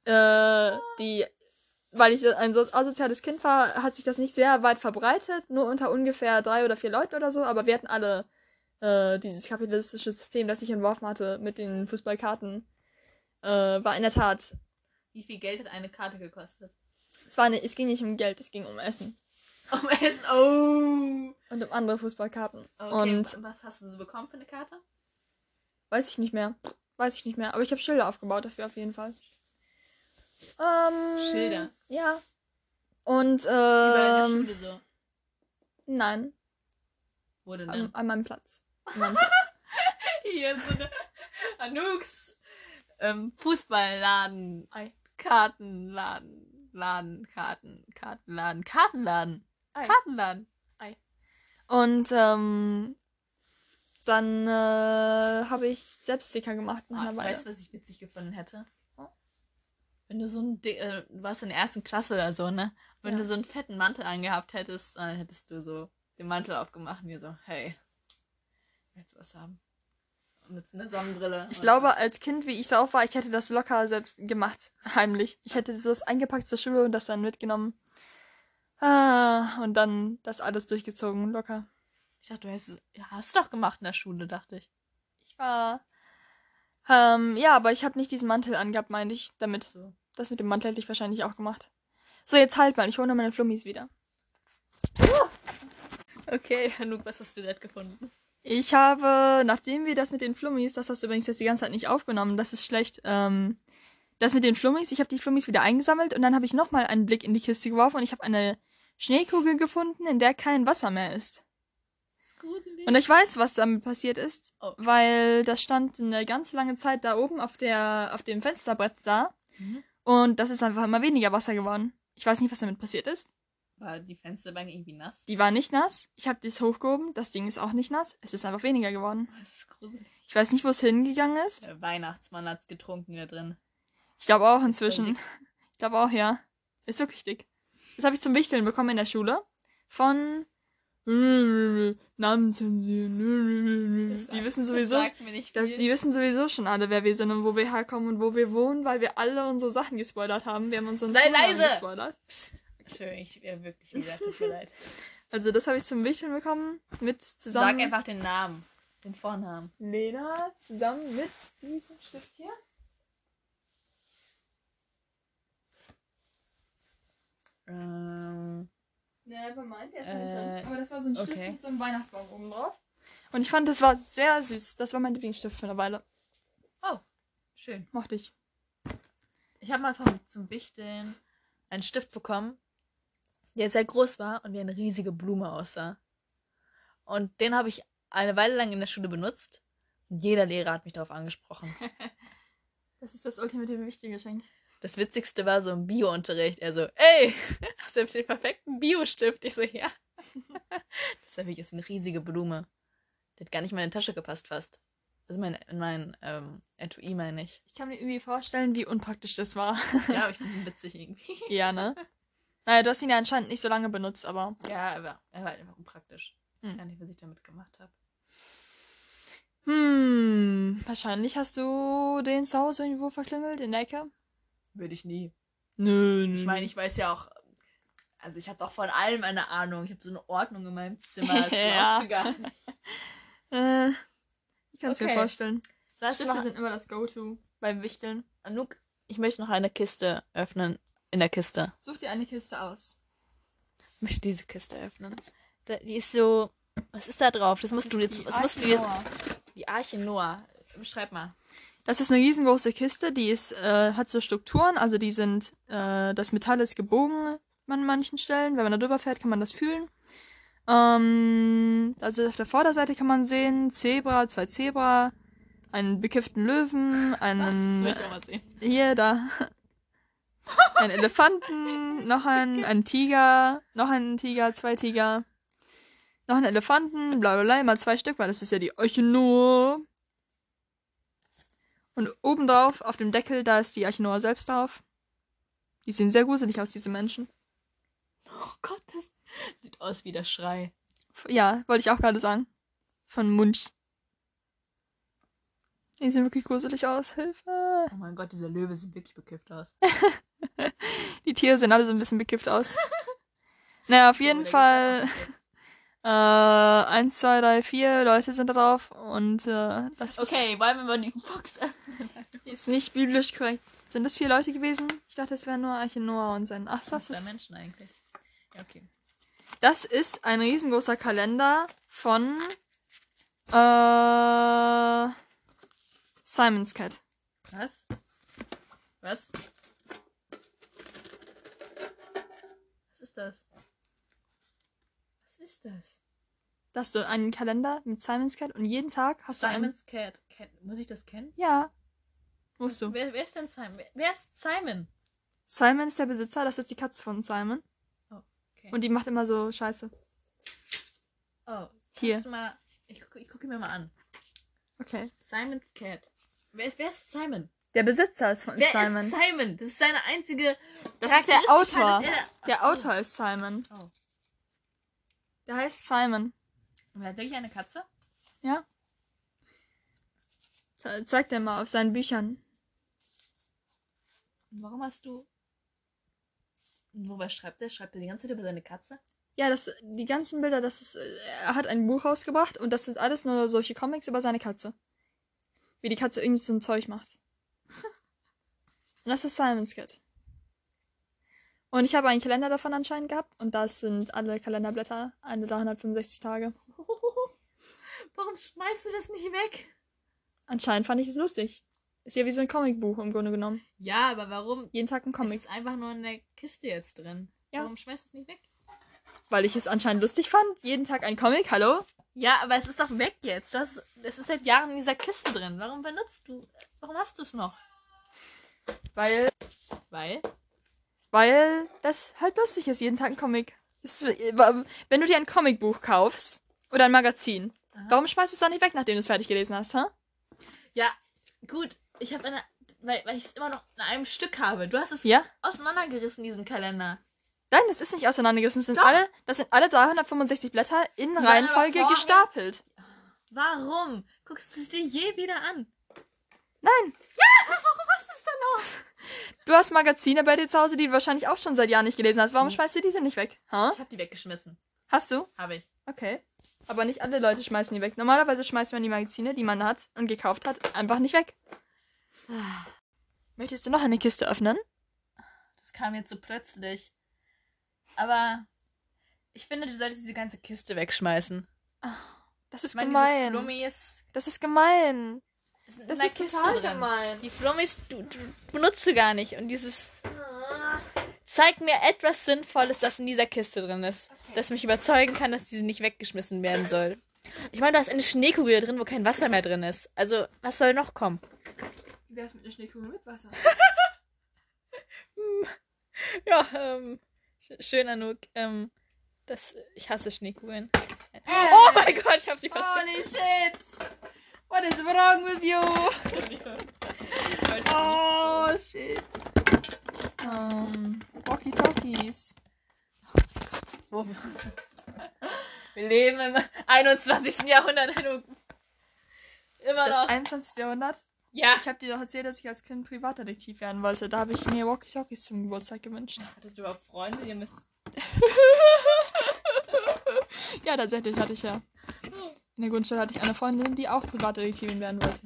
äh, die, weil ich ein so asoziales Kind war, hat sich das nicht sehr weit verbreitet. Nur unter ungefähr drei oder vier Leuten oder so. Aber wir hatten alle äh, dieses kapitalistische System, das ich entworfen hatte mit den Fußballkarten. Äh, war in der Tat.
Wie viel Geld hat eine Karte gekostet?
Es, war eine, es ging nicht um Geld, es ging um Essen.
Um Essen. Oh.
Und um andere Fußballkarten.
Okay,
Und
und was hast du so bekommen für eine Karte?
Weiß ich nicht mehr. Weiß ich nicht mehr. Aber ich habe Schilder aufgebaut dafür auf jeden Fall. Ähm,
Schilder?
Ja. Und
Überall in
ähm,
der Schule so.
nein,
Wurde
an,
dann.
an meinem Platz. An meinem Platz.
Hier so eine Anooks ähm, Fußballladen.
Ei.
Kartenladen. Laden, Karten, Kartenladen, Kartenladen.
Ei.
Kartenladen.
Und ähm, dann äh, habe ich Selbststicker gemacht nach
Ah,
einer Weile.
weißt du, was ich witzig gefunden hätte? Oh. Wenn du so ein, di- äh, du warst in der ersten Klasse oder so, ne? Wenn
Ja.
du so einen fetten Mantel angehabt hättest, dann hättest du so den Mantel aufgemacht und dir so, hey, willst du was haben? Und mit so einer Sonnenbrille.
Ich
Und-
glaube, als Kind, wie ich drauf war, ich hätte das locker selbst gemacht, heimlich. Ich hätte das eingepackt zur Schule und das dann mitgenommen. Ah, und dann das alles durchgezogen, locker.
Ich dachte, du hast es, ja, hast du doch gemacht in der Schule, dachte ich.
Ich war. Ähm, ja, aber ich habe nicht diesen Mantel angehabt, meinte ich, damit.
So.
Das mit dem Mantel hätte ich wahrscheinlich auch gemacht. So, jetzt halt mal, ich hole noch meine Flummis wieder.
Okay, Anouk, was hast du dort gefunden?
Ich habe, nachdem wir das mit den Flummis, das hast du übrigens jetzt die ganze Zeit nicht aufgenommen, das ist schlecht, ähm, das mit den Flummis, ich habe die Flummis wieder eingesammelt und dann habe ich nochmal einen Blick in die Kiste geworfen und ich habe eine Schneekugel gefunden, in der kein Wasser mehr ist. Und ich weiß, was damit passiert ist,
Oh.
weil das stand eine ganz lange Zeit da oben auf der, auf dem Fensterbrett da
Mhm.
und das ist einfach immer weniger Wasser geworden. Ich weiß nicht, was damit passiert ist.
War die Fensterbank irgendwie nass?
Die war nicht nass. Ich habe dies hochgehoben. Das Ding ist auch nicht nass. Es ist einfach weniger geworden.
Das ist gruselig.
Ich weiß nicht, wo es hingegangen ist.
Der Weihnachtsmann hat's getrunken da drin.
Ich glaube auch inzwischen.
dick.
Ich glaube auch, ja. Ist wirklich dick. Das habe ich zum Wichteln bekommen in der Schule. Von Namensensieren. Die wissen sowieso,
Das sagt mir nicht
dass
viel.
die wissen sowieso schon alle, wer wir sind und wo wir herkommen und wo wir wohnen, weil wir alle unsere Sachen gespoilert haben. Wir haben unseren
Sei
Schulnamen
leise!
gespoilert.
Entschuldigung, ich wäre wirklich wieder. Tut mir leid.
Also das habe ich zum Wichteln bekommen mit zusammen.
Sag einfach den Namen, den Vornamen.
Lena zusammen mit diesem Stift hier.
Ähm,
Nevermind, der ist
Äh,
nicht drin. Aber das war so ein Stift
okay.
mit so einem Weihnachtsbaum oben drauf. Und ich fand, das war sehr süß. Das war mein Lieblingsstift für eine Weile.
schön.
Mochte ich.
Ich habe mal vom, zum Wichteln einen Stift bekommen, der sehr groß war und wie eine riesige Blume aussah. Und den habe ich eine Weile lang in der Schule benutzt. Und jeder Lehrer hat mich darauf angesprochen.
Das ist das ultimative Wichtelgeschenk.
Das Witzigste war so im Bio-Unterricht. Er so, ey, hast du den perfekten Bio-Stift? Ich so, ja. Das war wirklich so eine riesige Blume. Der hat gar nicht in meine Tasche gepasst fast. Also mein, in mein ähm, Etui meine ich.
Ich kann mir irgendwie vorstellen, wie unpraktisch das war.
Ja, aber ich finde ihn witzig irgendwie.
ja, ne? Naja, du hast ihn ja anscheinend nicht so lange benutzt, aber
Ja, aber er war einfach unpraktisch. Ich
Hm.
weiß gar nicht, was ich damit gemacht habe.
hm, wahrscheinlich hast du den zu Hause irgendwo verklingelt in der Ecke.
Würde ich nie.
Nö,
Ich meine, ich weiß ja auch, also ich habe doch von allem eine Ahnung. Ich habe so eine Ordnung in meinem Zimmer. Das
Ja.
glaubst du gar nicht.
Äh, ich kann es
Okay.
mir vorstellen.
Lass
Stifte
noch,
sind immer das Go-To beim Wichteln.
Anouk, ich möchte noch eine Kiste öffnen. In der Kiste.
Such dir eine Kiste aus.
Ich möchte diese Kiste öffnen. Da, die ist so. Was ist da drauf? Das musst du jetzt. Was musst du jetzt? Die Arche Noah. Beschreib mal.
Das ist eine riesengroße Kiste, die ist, äh, hat so Strukturen, also die sind, äh, das Metall ist gebogen an manchen Stellen. Wenn man da drüber fährt, kann man das fühlen. Ähm, also auf der Vorderseite kann man sehen, Zebra, zwei Zebra, einen bekifften Löwen,
Mm.
einen,
Das will ich auch mal sehen.
hier, da. Ein Elefanten, noch ein, ein Tiger, noch ein Tiger, zwei Tiger, noch ein Elefanten, bla bla bla, mal zwei Stück, weil das ist ja die Echinoa. Und obendrauf, auf dem Deckel, da ist die Echinoa selbst drauf. Die sehen sehr gruselig aus, diese Menschen.
Oh Gott, das sieht aus wie der Schrei.
F- Ja, wollte ich auch gerade sagen. Von Munch. Die sehen wirklich gruselig aus, Hilfe.
Oh mein Gott, dieser Löwe sieht wirklich bekifft aus.
Die Tiere sehen alle so ein bisschen bekifft aus. naja, auf jeden Fall. Äh, eins, zwei, drei, vier Leute sind da drauf und äh, das
Okay, wollen wir mal die Box öffnen?
ist, ist nicht biblisch korrekt. Sind das vier Leute gewesen? Ich dachte, es wären nur Arche Noah und sein. Ach, das
Zwei
ist.
Menschen eigentlich. Ja, okay.
Das ist ein riesengroßer Kalender von äh, Simon's Cat.
Was? Was? Was ist das? Was ist das?
Da hast du einen Kalender mit Simon's Cat und jeden Tag hast du einen.
Simon's Cat. Ken Muss ich das kennen?
Ja. Musst du.
Wer, wer ist denn Simon? Wer, wer ist Simon?
Simon ist der Besitzer, das ist die Katze von Simon.
Oh, Okay.
Und die macht immer so Scheiße.
oh,
hier.
hier. Du mal, ich gucke ich guck ihn mir mal an.
Okay.
Simon Cat. Wer ist, wer ist Simon?
Der Besitzer ist von
Wer
Simon.
ist Simon? Das ist seine einzige.
Das ist der
Charakteristik,
Autor.
dass er
der
Ach so.
Autor ist Simon.
Oh.
Der heißt Simon.
Und er hat wirklich eine Katze?
Ja. Ze- Zeig dir mal auf seinen Büchern.
Und warum hast du. Und worüber schreibt er? Schreibt er die ganze Zeit über seine Katze?
Ja, das, die ganzen Bilder, das ist, äh, er hat ein Buch rausgebracht und das sind alles nur solche Comics über seine Katze. Wie die Katze irgendwie so ein Zeug macht. und das ist Simon's Cat. Und ich habe einen Kalender davon anscheinend gehabt und das sind alle Kalenderblätter, alle 365 Tage.
Warum schmeißt du das nicht weg?
Anscheinend fand ich es lustig. Ist ja wie so ein Comicbuch im Grunde genommen.
Ja, aber warum?
Jeden Tag ein Comic.
Ist es einfach nur in der Kiste jetzt drin?
Ja.
Warum schmeißt du es nicht weg?
Weil ich es anscheinend lustig fand. Jeden Tag ein Comic, hallo?
Ja, aber es ist doch weg jetzt. Du hast, es ist seit Jahren in dieser Kiste drin. Warum benutzt du? Warum hast du es noch?
Weil,
Weil?
weil das halt lustig ist, jeden Tag ein Comic. Das ist, wenn du dir ein Comicbuch kaufst oder ein Magazin,
Aha.
warum schmeißt du es dann nicht weg, nachdem du es fertig gelesen hast, ha?
Ja, gut. Ich habe eine. Weil, weil ich es immer noch in einem Stück habe. Du hast es
Ja?
auseinandergerissen, diesen Kalender.
Nein, das ist nicht auseinandergerissen. Das sind,
Doch.
alle, das sind alle 365 Blätter in
aber
Reihenfolge
vorher-
gestapelt.
Warum? Guckst du es dir je wieder an?
Nein,
Was ist denn los?
du hast Magazine bei dir zu Hause, die du wahrscheinlich auch schon seit Jahren nicht gelesen hast.
Hm.
Warum schmeißt du diese nicht weg? Ha?
Ich habe die weggeschmissen.
Hast du?
Habe ich.
Okay. Aber nicht alle Leute schmeißen die weg. Normalerweise schmeißt man die Magazine, die man hat und gekauft hat, einfach nicht weg. Möchtest du noch eine Kiste öffnen?
Das kam jetzt so plötzlich. Aber ich finde, du solltest diese ganze Kiste wegschmeißen.
Das ist
Ich meine, diese
gemein.
Flummis
Das ist gemein.
sind in
Das
der
ist
Kiste
total
drin.
gemein.
Die Flummis du, du benutzt du gar nicht. Und dieses zeig mir etwas Sinnvolles, das in dieser Kiste drin ist. Das mich überzeugen kann, dass diese nicht weggeschmissen werden soll. Ich meine, du hast eine Schneekugel drin, wo kein Wasser mehr drin ist. Also, was soll noch kommen?
Wie wär's mit einer Schneekugel mit Wasser?
Ja, ähm, sch- schön, Anouk. Ähm, das, ich hasse Schneekugeln. Oh mein Gott, ich hab sie fast
Holy shit! What is wrong with you? Oh shit. Um, Walkie-talkies.
Oh. Wir leben im 21. Jahrhundert, Anouk. Immer
Das
noch.
21. Jahrhundert
Ja.
Ich habe dir doch erzählt, dass ich als Kind Privatdetektiv werden wollte. Da habe ich mir Walkie-Talkies zum Geburtstag gewünscht.
Hattest du überhaupt Freunde? Ihr müsst...
Ja, tatsächlich hatte ich ja. In der Grundschule hatte ich eine Freundin, die auch Privatdetektivin werden wollte.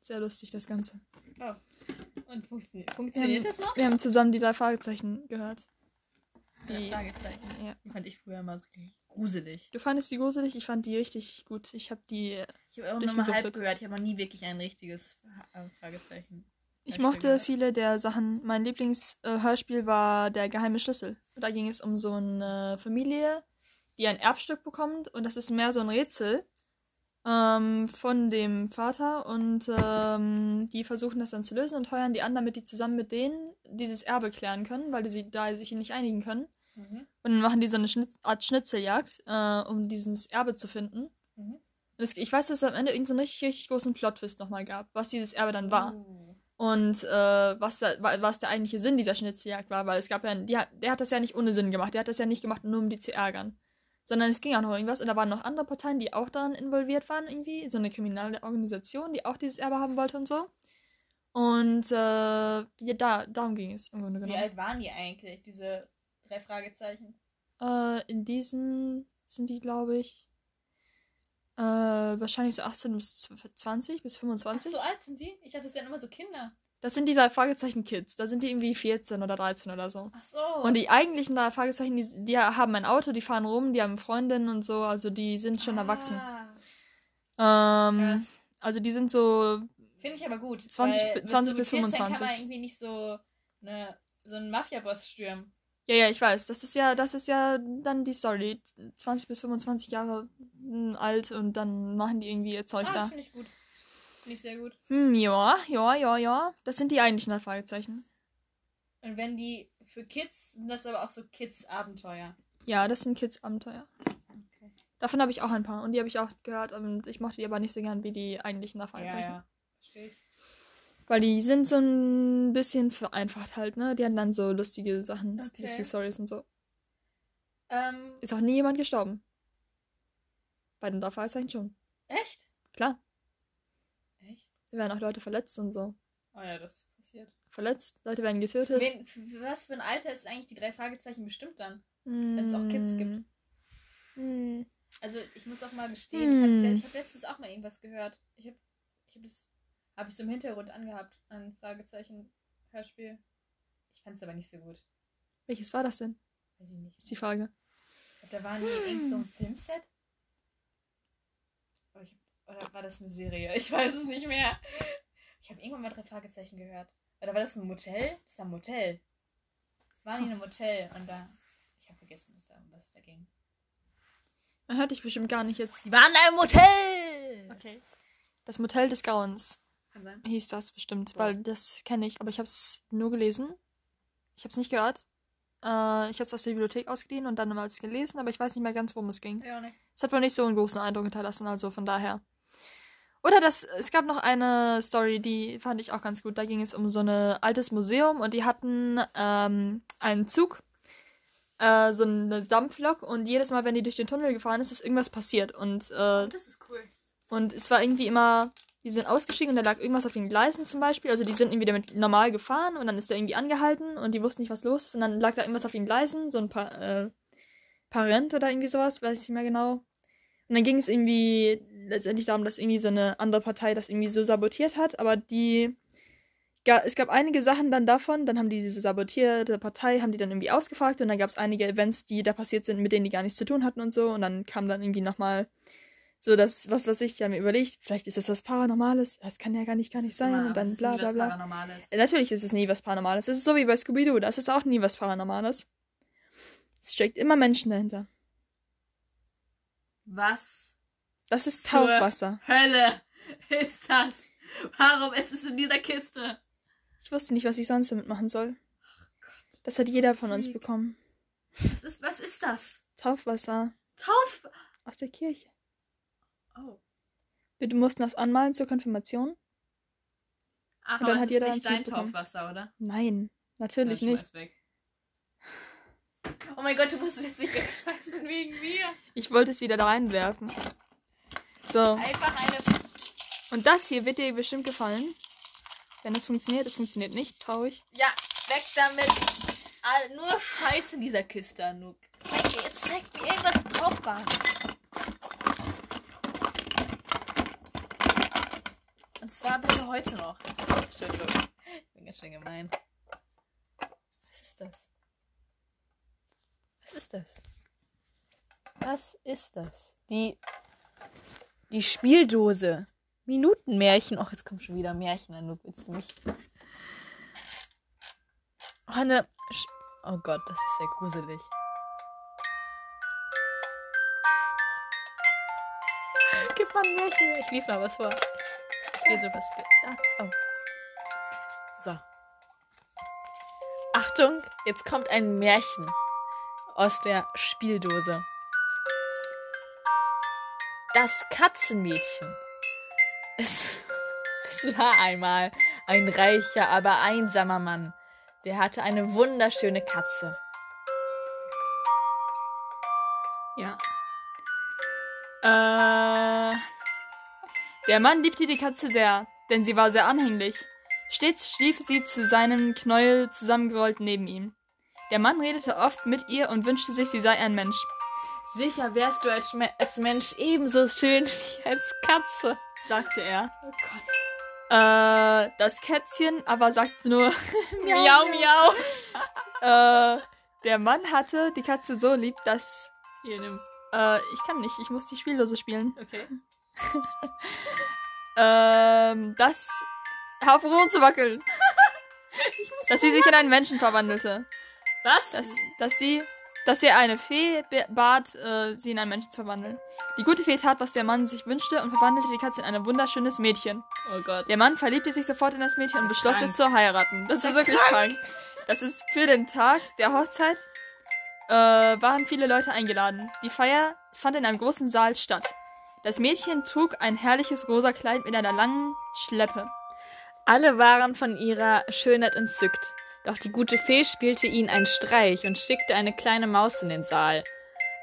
Sehr lustig, das Ganze.
Und funktioniert,
Wir
funktioniert Ähm,
haben,
das noch?
wir haben zusammen die drei Fragezeichen gehört. Die-
Fragezeichen.
Ja.
Die fand ich früher immer so richtig gruselig.
Du fandest die gruselig, ich fand die richtig gut. Ich habe die.
Ich habe auch
Richtig
nur mal halb
subtil.
gehört. Ich habe noch nie wirklich ein richtiges äh, Fragezeichen.
Ich
Beispiel
mochte
gehört.
viele der Sachen. Mein Lieblingshörspiel war Der geheime Schlüssel. Da ging es um so eine Familie, die ein Erbstück bekommt und das ist mehr so ein Rätsel ähm, von dem Vater und ähm, die versuchen das dann zu lösen und heuern die an, damit die zusammen mit denen dieses Erbe klären können, weil die sie, da sich nicht einigen können.
Mhm.
Und dann machen die so eine Schnitz Art Schnitzeljagd, äh, um dieses Erbe zu finden.
Mhm.
Und es, ich weiß, dass es am Ende irgendeinen so einen richtig, richtig großen Plot-Twist nochmal gab, was dieses Erbe dann war.
Oh.
Und äh, was, da, wa- was der eigentliche Sinn dieser Schnitzeljagd war, weil es gab ja, die, hat- der hat das ja nicht ohne Sinn gemacht, der hat das ja nicht gemacht, nur um die zu ärgern. Sondern es ging auch noch um irgendwas und da waren noch andere Parteien, die auch daran involviert waren, irgendwie, so eine kriminelle Organisation, die auch dieses Erbe haben wollte und so. Und äh, ja, da, darum ging es im Grunde
Wie
genommen.
alt waren die eigentlich, diese drei Fragezeichen?
Äh, in diesen sind die, glaube ich, äh, wahrscheinlich so 18 bis 20 bis
Ach,
25.
so alt sind die? Ich hatte es ja immer so Kinder.
Das sind die drei Fragezeichen Kids. Da sind die irgendwie 14 oder 13 oder so.
Ach so.
Und die eigentlichen drei Fragezeichen, die, die haben ein Auto, die fahren rum, die haben Freundinnen und so, also die sind schon erwachsen.
Ah,
Ähm,
krass.
also die sind so,
Finde ich aber gut.
20
weil
bi-
mit
20 bis
14 kann man
25.
irgendwie nicht so, ne, so einen Mafia-Boss stürmen.
ja, ja, ich weiß, das ist ja, das ist ja dann die Story. 20 bis 25 Jahre mm, alt und dann machen die irgendwie ihr
Ah,
Zeug
das
da.
finde ich gut. Finde ich sehr gut.
Hm, ja, ja, ja, ja. Das sind die eigentlichen drei Fragezeichen.
Und wenn die für Kids, sind das aber auch so Kids-Abenteuer.
Ja, das sind Kids Abenteuer.
Okay.
Davon habe ich auch ein paar und die habe ich auch gehört und ich mochte die aber nicht so gern wie die eigentlichen drei Fragezeichen.
Verstehe ich.
Weil die sind so ein bisschen vereinfacht halt, ne? Die haben dann so lustige Sachen,
Okay.
lustige Stories und so.
Ähm,
Ist auch nie jemand gestorben. Bei den Fragezeichen schon.
echt?
Klar,
Echt?
da werden auch Leute verletzt und so.
Oh ja, das passiert.
Verletzt, Leute werden getötet.
Wen, für was für ein Alter ist eigentlich die drei Fragezeichen bestimmt dann?
Wenn
wenn's auch Kids gibt.
Mm.
Also ich muss auch mal gestehen,
Hm.
ich habe hab letztens auch mal irgendwas gehört. Ich habe ich hab das habe ich so im Hintergrund angehabt, ein Fragezeichen Hörspiel. Ich fand es aber nicht so gut.
Welches war das denn?
Weiß ich nicht.
Ist die Frage.
Ich glaub, da waren die irgendwie so ein Filmset. Aber ich, oder war das eine Serie? Ich weiß es nicht mehr. Ich habe irgendwann mal drei Fragezeichen gehört. Oder war das ein Motel? Das war ein Motel. Waren die in einem Motel und da. Ich habe vergessen, was da, um was es da ging.
Man hört dich bestimmt gar nicht jetzt.
Die waren in einem Motel!
Okay. Das Motel des Grauens
Kann sein.
hieß das bestimmt,
Boah.
weil das kenne ich, aber ich habe es nur gelesen. Ich habe es nicht gehört. Äh, ich habe es aus der Bibliothek ausgeliehen und dann mal gelesen, aber ich weiß nicht mehr ganz, worum es ging.
Ja, ne.
Es hat wohl nicht so einen großen Eindruck hinterlassen, also von daher. Oder das, es gab noch eine Story, die fand ich auch ganz gut. Da ging es um so ein altes Museum und die hatten ähm, einen Zug, äh, so eine Dampflok und jedes Mal, wenn die durch den Tunnel gefahren ist, ist irgendwas passiert. Und, äh,
Oh, Das ist cool.
und es war irgendwie immer, die sind ausgestiegen und da lag irgendwas auf den Gleisen zum Beispiel. Also die sind irgendwie damit normal gefahren und dann ist da irgendwie angehalten und die wussten nicht, was los ist. Und dann lag da irgendwas auf den Gleisen, so ein paar, äh, Parent oder irgendwie sowas, weiß ich nicht mehr genau. Und dann ging es irgendwie letztendlich darum, dass irgendwie so eine andere Partei das irgendwie so sabotiert hat, aber die. ga- Es gab einige Sachen dann davon, dann haben die diese sabotierte Partei, haben die dann irgendwie ausgefragt und dann gab es einige Events, die da passiert sind, mit denen die gar nichts zu tun hatten und so und dann kam dann irgendwie nochmal so das, was was ich, die haben mir überlegt, vielleicht ist das was Paranormales, das kann ja gar nicht, gar nicht sein und dann bla bla bla. Äh, Natürlich ist es nie was Paranormales, es ist so wie bei Scooby-Doo, das ist auch nie was Paranormales. Es steckt immer Menschen dahinter.
Was
Das ist
Zur-
Taufwasser.
Hölle ist das? Warum ist es in dieser Kiste?
Ich wusste nicht, was ich sonst damit machen soll.
Gott.
Das hat jeder von uns
Freak.
bekommen.
Was ist, was ist das?
Taufwasser
Tauf.
aus der Kirche.
Oh.
Wir mussten das anmalen zur Konfirmation?
Ach,
Und dann
aber
hat
das
jeder
ist
eins
nicht dein
mitbekommen.
Taufwasser, oder?
Nein, natürlich
Dann schmeiß
nicht.
Weg. Oh mein Gott, du musst es jetzt nicht wegschmeißen wegen mir.
Ich wollte es wieder da reinwerfen. So,
Einfach eine.
und das hier wird dir bestimmt gefallen. Wenn es funktioniert, es funktioniert nicht, traurig.
Ja, weg damit. Ah, nur Scheiße in dieser Kiste, Anouk. Zeig mir, jetzt zeig mir irgendwas Brauchbares. Und zwar bitte heute noch. Entschuldigung. Ich bin ganz schön gemein. Was ist das? ist es. Was ist das? Die, die Spieldose. Minutenmärchen. Och, jetzt kommt schon wieder Märchen an. Du willst du mich. Oh, eine. Sch oh Gott, das ist sehr gruselig. Gib mal ein Märchen. Ich lese mal was vor. Ich lese was. Da. Oh. So. Achtung, jetzt kommt ein Märchen aus der Spieldose. Das Katzenmädchen. Es, es war einmal ein reicher, aber einsamer Mann. Der hatte eine wunderschöne Katze.
Ja. Äh, der Mann liebte die Katze sehr, denn sie war sehr anhänglich. Stets schlief sie zu seinem Knäuel zusammengerollt neben ihm. Der Mann redete oft mit ihr und wünschte sich, sie sei ein Mensch.
Sicher wärst du als, Me- als Mensch ebenso schön wie als Katze.
sagte er.
Oh Gott.
Äh, das Kätzchen aber sagte nur,
Miau, miau.
äh, der Mann hatte die Katze so lieb, dass,
Hier, nimm.
äh, ich kann nicht, ich muss die Spiellose spielen.
Okay.
Ähm, dass, hör auf zu wackeln, dass sie sich in einen Menschen verwandelte.
Was?
Dass, dass sie, dass sie eine Fee be- bat, äh, sie in einen Menschen zu verwandeln. Die gute Fee tat, was der Mann sich wünschte und verwandelte die Katze in ein wunderschönes Mädchen.
oh Gott.
Der Mann verliebte sich sofort in das Mädchen und beschloss
krank.
es zu heiraten. Das
Ist
ist
er
wirklich krank. Das ist für den Tag der Hochzeit äh, waren viele Leute eingeladen. Die Feier fand in einem großen Saal statt. Das Mädchen trug ein herrliches rosa Kleid mit einer langen Schleppe.
Alle waren von ihrer Schönheit entzückt. Doch die gute Fee spielte ihnen einen Streich und schickte eine kleine Maus in den Saal.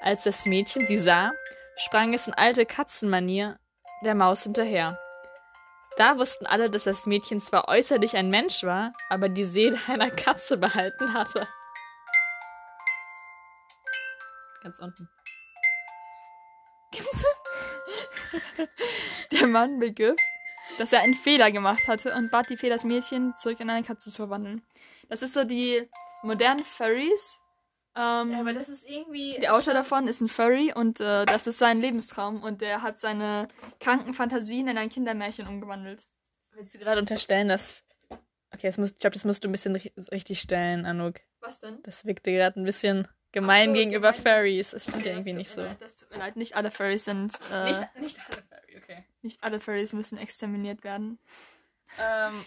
Als das Mädchen sie sah, sprang es in alte Katzenmanier der Maus hinterher. Da wussten alle, dass das Mädchen zwar äußerlich ein Mensch war, aber die Seele einer Katze behalten hatte. Ganz unten.
Der Mann begriff, dass er einen Fehler gemacht hatte und bat die Fee, das Mädchen zurück in eine Katze zu verwandeln. Das ist so die modernen Furries. Ähm,
das ist irgendwie.
Der Autor davon ist ein Furry und äh, das ist sein Lebenstraum und der hat seine kranken Fantasien in ein Kindermärchen umgewandelt.
Willst du gerade unterstellen, dass. Okay, das muss, ich glaube, das musst du ein bisschen ri- richtig stellen, Anouk.
Was denn?
Das wirkte gerade ein bisschen gemein
Ach so,
gegenüber
gemein.
Furries. Das stimmt ja irgendwie
das
nicht
tut mir
so.
Leid, das tut mir leid, nicht alle Furries sind. Äh, nicht.
nicht alle Furry, okay.
alle Furries müssen exterminiert werden.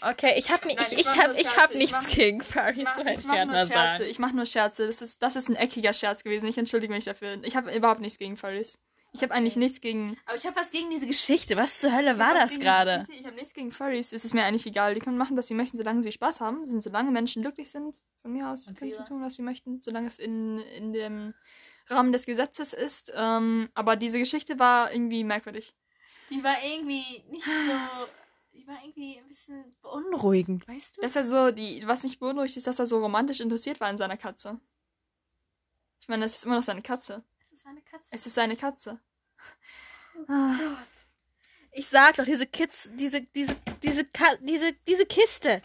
okay, ich habe
Nein,
ich,
ich
ich
mach
hab,
nur
ich
Scherze,
hab
Ähm, ich
nichts
mach-
gegen Furries, wollte ich gerade mal
Scherze.
sagen.
Ich mache nur Scherze. Das ist, das ist ein eckiger Scherz gewesen. Ich entschuldige mich dafür. Ich habe überhaupt nichts gegen Furries. Ich habe eigentlich nichts gegen.
Aber ich habe was gegen diese Geschichte. Was zur Hölle
Ich
war
hab was
das
gegen die
gerade?
Geschichte, Ich habe nichts gegen Furries. Es ist mir eigentlich egal. Die können machen, was sie möchten, solange sie Spaß haben. Sind, solange Menschen glücklich sind, von mir aus
Und
können sie
Tiere?
tun, was sie möchten, solange es in, in dem Rahmen des Gesetzes ist. Ähm, aber diese Geschichte war irgendwie merkwürdig.
Die war irgendwie nicht so. Die war irgendwie ein bisschen
Beunruhigend, weißt du?
Dass er so, die, was mich beunruhigt, ist, dass er so romantisch interessiert war in seiner Katze. Ich meine, es ist immer noch seine Katze.
Das ist eine Katze.
Es ist seine Katze.
Ich sag doch, diese Kids, diese, diese, diese, Ka- diese, diese Kiste.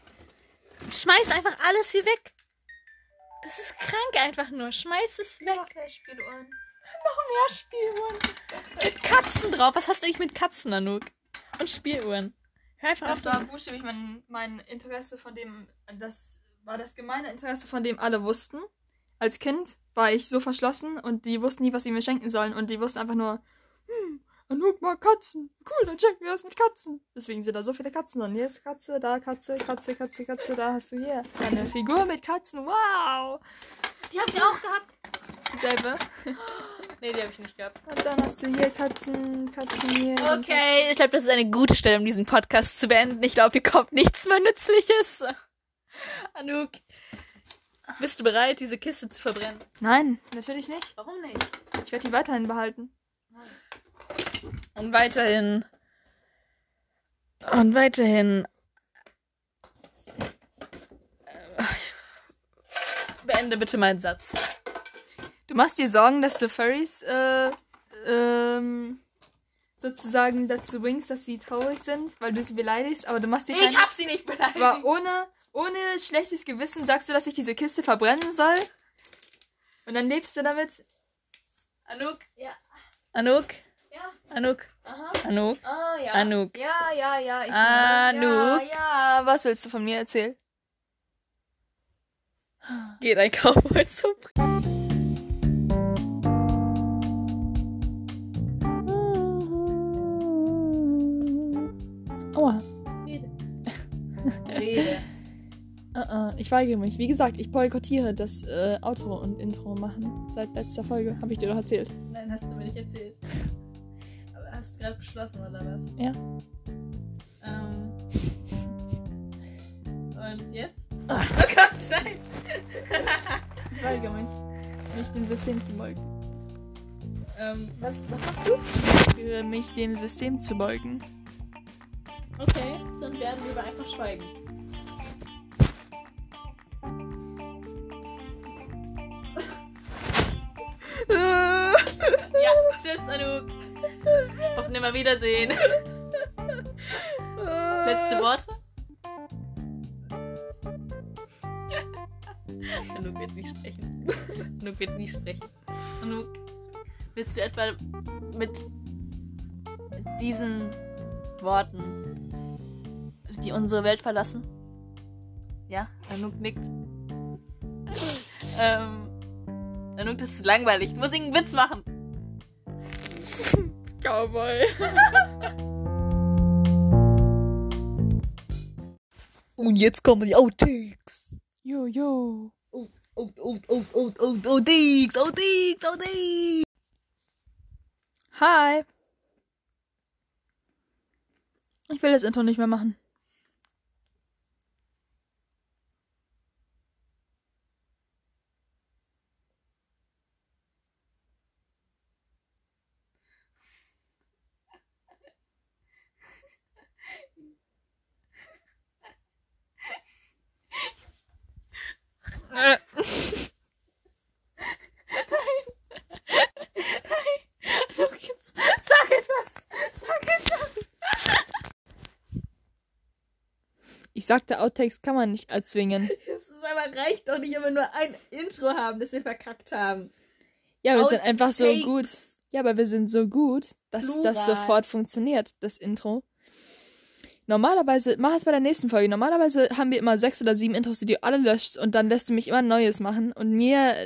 Schmeiß einfach alles hier weg. Das ist krank einfach nur. Schmeiß es weg. Mehr Spieluhren. Mit Katzen drauf. Was hast du eigentlich mit Katzen, Anouk? Und Spieluhren. Hör einfach auf.
Das war buchstäblich mein, mein Interesse, von dem, das war das gemeine Interesse, von dem alle wussten. Als Kind war ich so verschlossen und die wussten nie, was sie mir schenken sollen. Und die wussten einfach nur, hm, Anouk mag Katzen. Cool, dann schenken wir was mit Katzen. Deswegen sind da so viele Katzen drin. Hier ist Katze, da Katze, Katze, Katze, Katze, da hast du hier. Eine Figur mit Katzen, wow.
Die habt ihr auch gehabt?
Dieselbe.
Nee, die hab ich nicht gehabt.
Und dann hast du hier Katzen, Katzen hier.
Okay, ich glaube, das ist eine gute Stelle, um diesen Podcast zu beenden. Ich glaube, hier kommt nichts mehr Nützliches. Anouk, bist du bereit, diese Kiste zu verbrennen?
Nein, natürlich nicht.
Warum nicht?
Ich werde die weiterhin behalten.
um
Und weiterhin. Und weiterhin. äh, Beende bitte meinen Satz.
Du machst dir Sorgen, dass du Furries äh, ähm, sozusagen dazu bringst, dass sie traurig sind, weil du sie beleidigst, aber du machst dir keine...
Ich hab sie nicht beleidigt.
aber ohne, ohne schlechtes Gewissen sagst du, dass ich diese Kiste verbrennen soll?
Und dann lebst du damit.
Anouk? Ja.
Anouk,
Ja.
Anouk,
Aha.
Anouk.
Ah, ja.
Anouk.
Ja, ja, ja. Ich
Ah,
Ja,
Anouk.
ja. Was willst du von mir erzählen?
Geht ein Cowboy zum
Aua.
Rede. Rede.
Äh, äh, ich weigere mich. Wie gesagt, ich boykottiere das äh, Outro und Intro machen. Seit letzter Folge. Habe ich dir doch erzählt.
Nein, hast du mir nicht erzählt. Aber hast du gerade beschlossen, oder was?
Ja.
Ähm. Und jetzt? Oh Gott, nein!
Ich weigere mich, mich dem System zu beugen.
Ähm,
Was, was hast du? Für mich dem System zu beugen.
okay, dann werden wir einfach schweigen. ja, tschüss, Anouk. Auf nimmer Wiedersehen. Letzte Worte? Anouk wird nicht sprechen. Anouk wird nie sprechen. Anouk, willst du etwa mit diesen Worten die unsere Welt verlassen? Ja, Anouk nickt. ähm, Anouk, das ist langweilig. Du musst irgendeinen Witz machen.
Cowboy.
Und jetzt kommen die Outtakes.
Jo, jo.
Out, out, out,
Oh,
out, out, Outtakes, Outtakes, Outtakes.
Hi.
Ich will das Intro nicht mehr machen. Ich sagte, Outtakes kann man nicht erzwingen.
Es ist aber reicht doch nicht, wenn wir nur ein Intro haben, das wir verkackt haben.
Ja, wir sind einfach so
Outtakes.
gut. Ja, aber wir sind so gut, dass das
Plural.
sofort funktioniert, das Intro. Normalerweise, mach es bei der nächsten Folge. Normalerweise haben wir immer sechs oder sieben Intros, die du alle löscht und dann lässt du mich immer ein Neues machen und mir äh,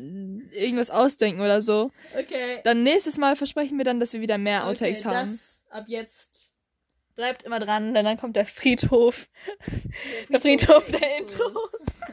irgendwas ausdenken oder so.
Okay.
Dann nächstes Mal versprechen wir dann, dass wir wieder mehr Outtakes
okay,
haben.
Das ab jetzt.
Bleibt immer dran, denn dann kommt der Friedhof. Der Friedhof der Intros.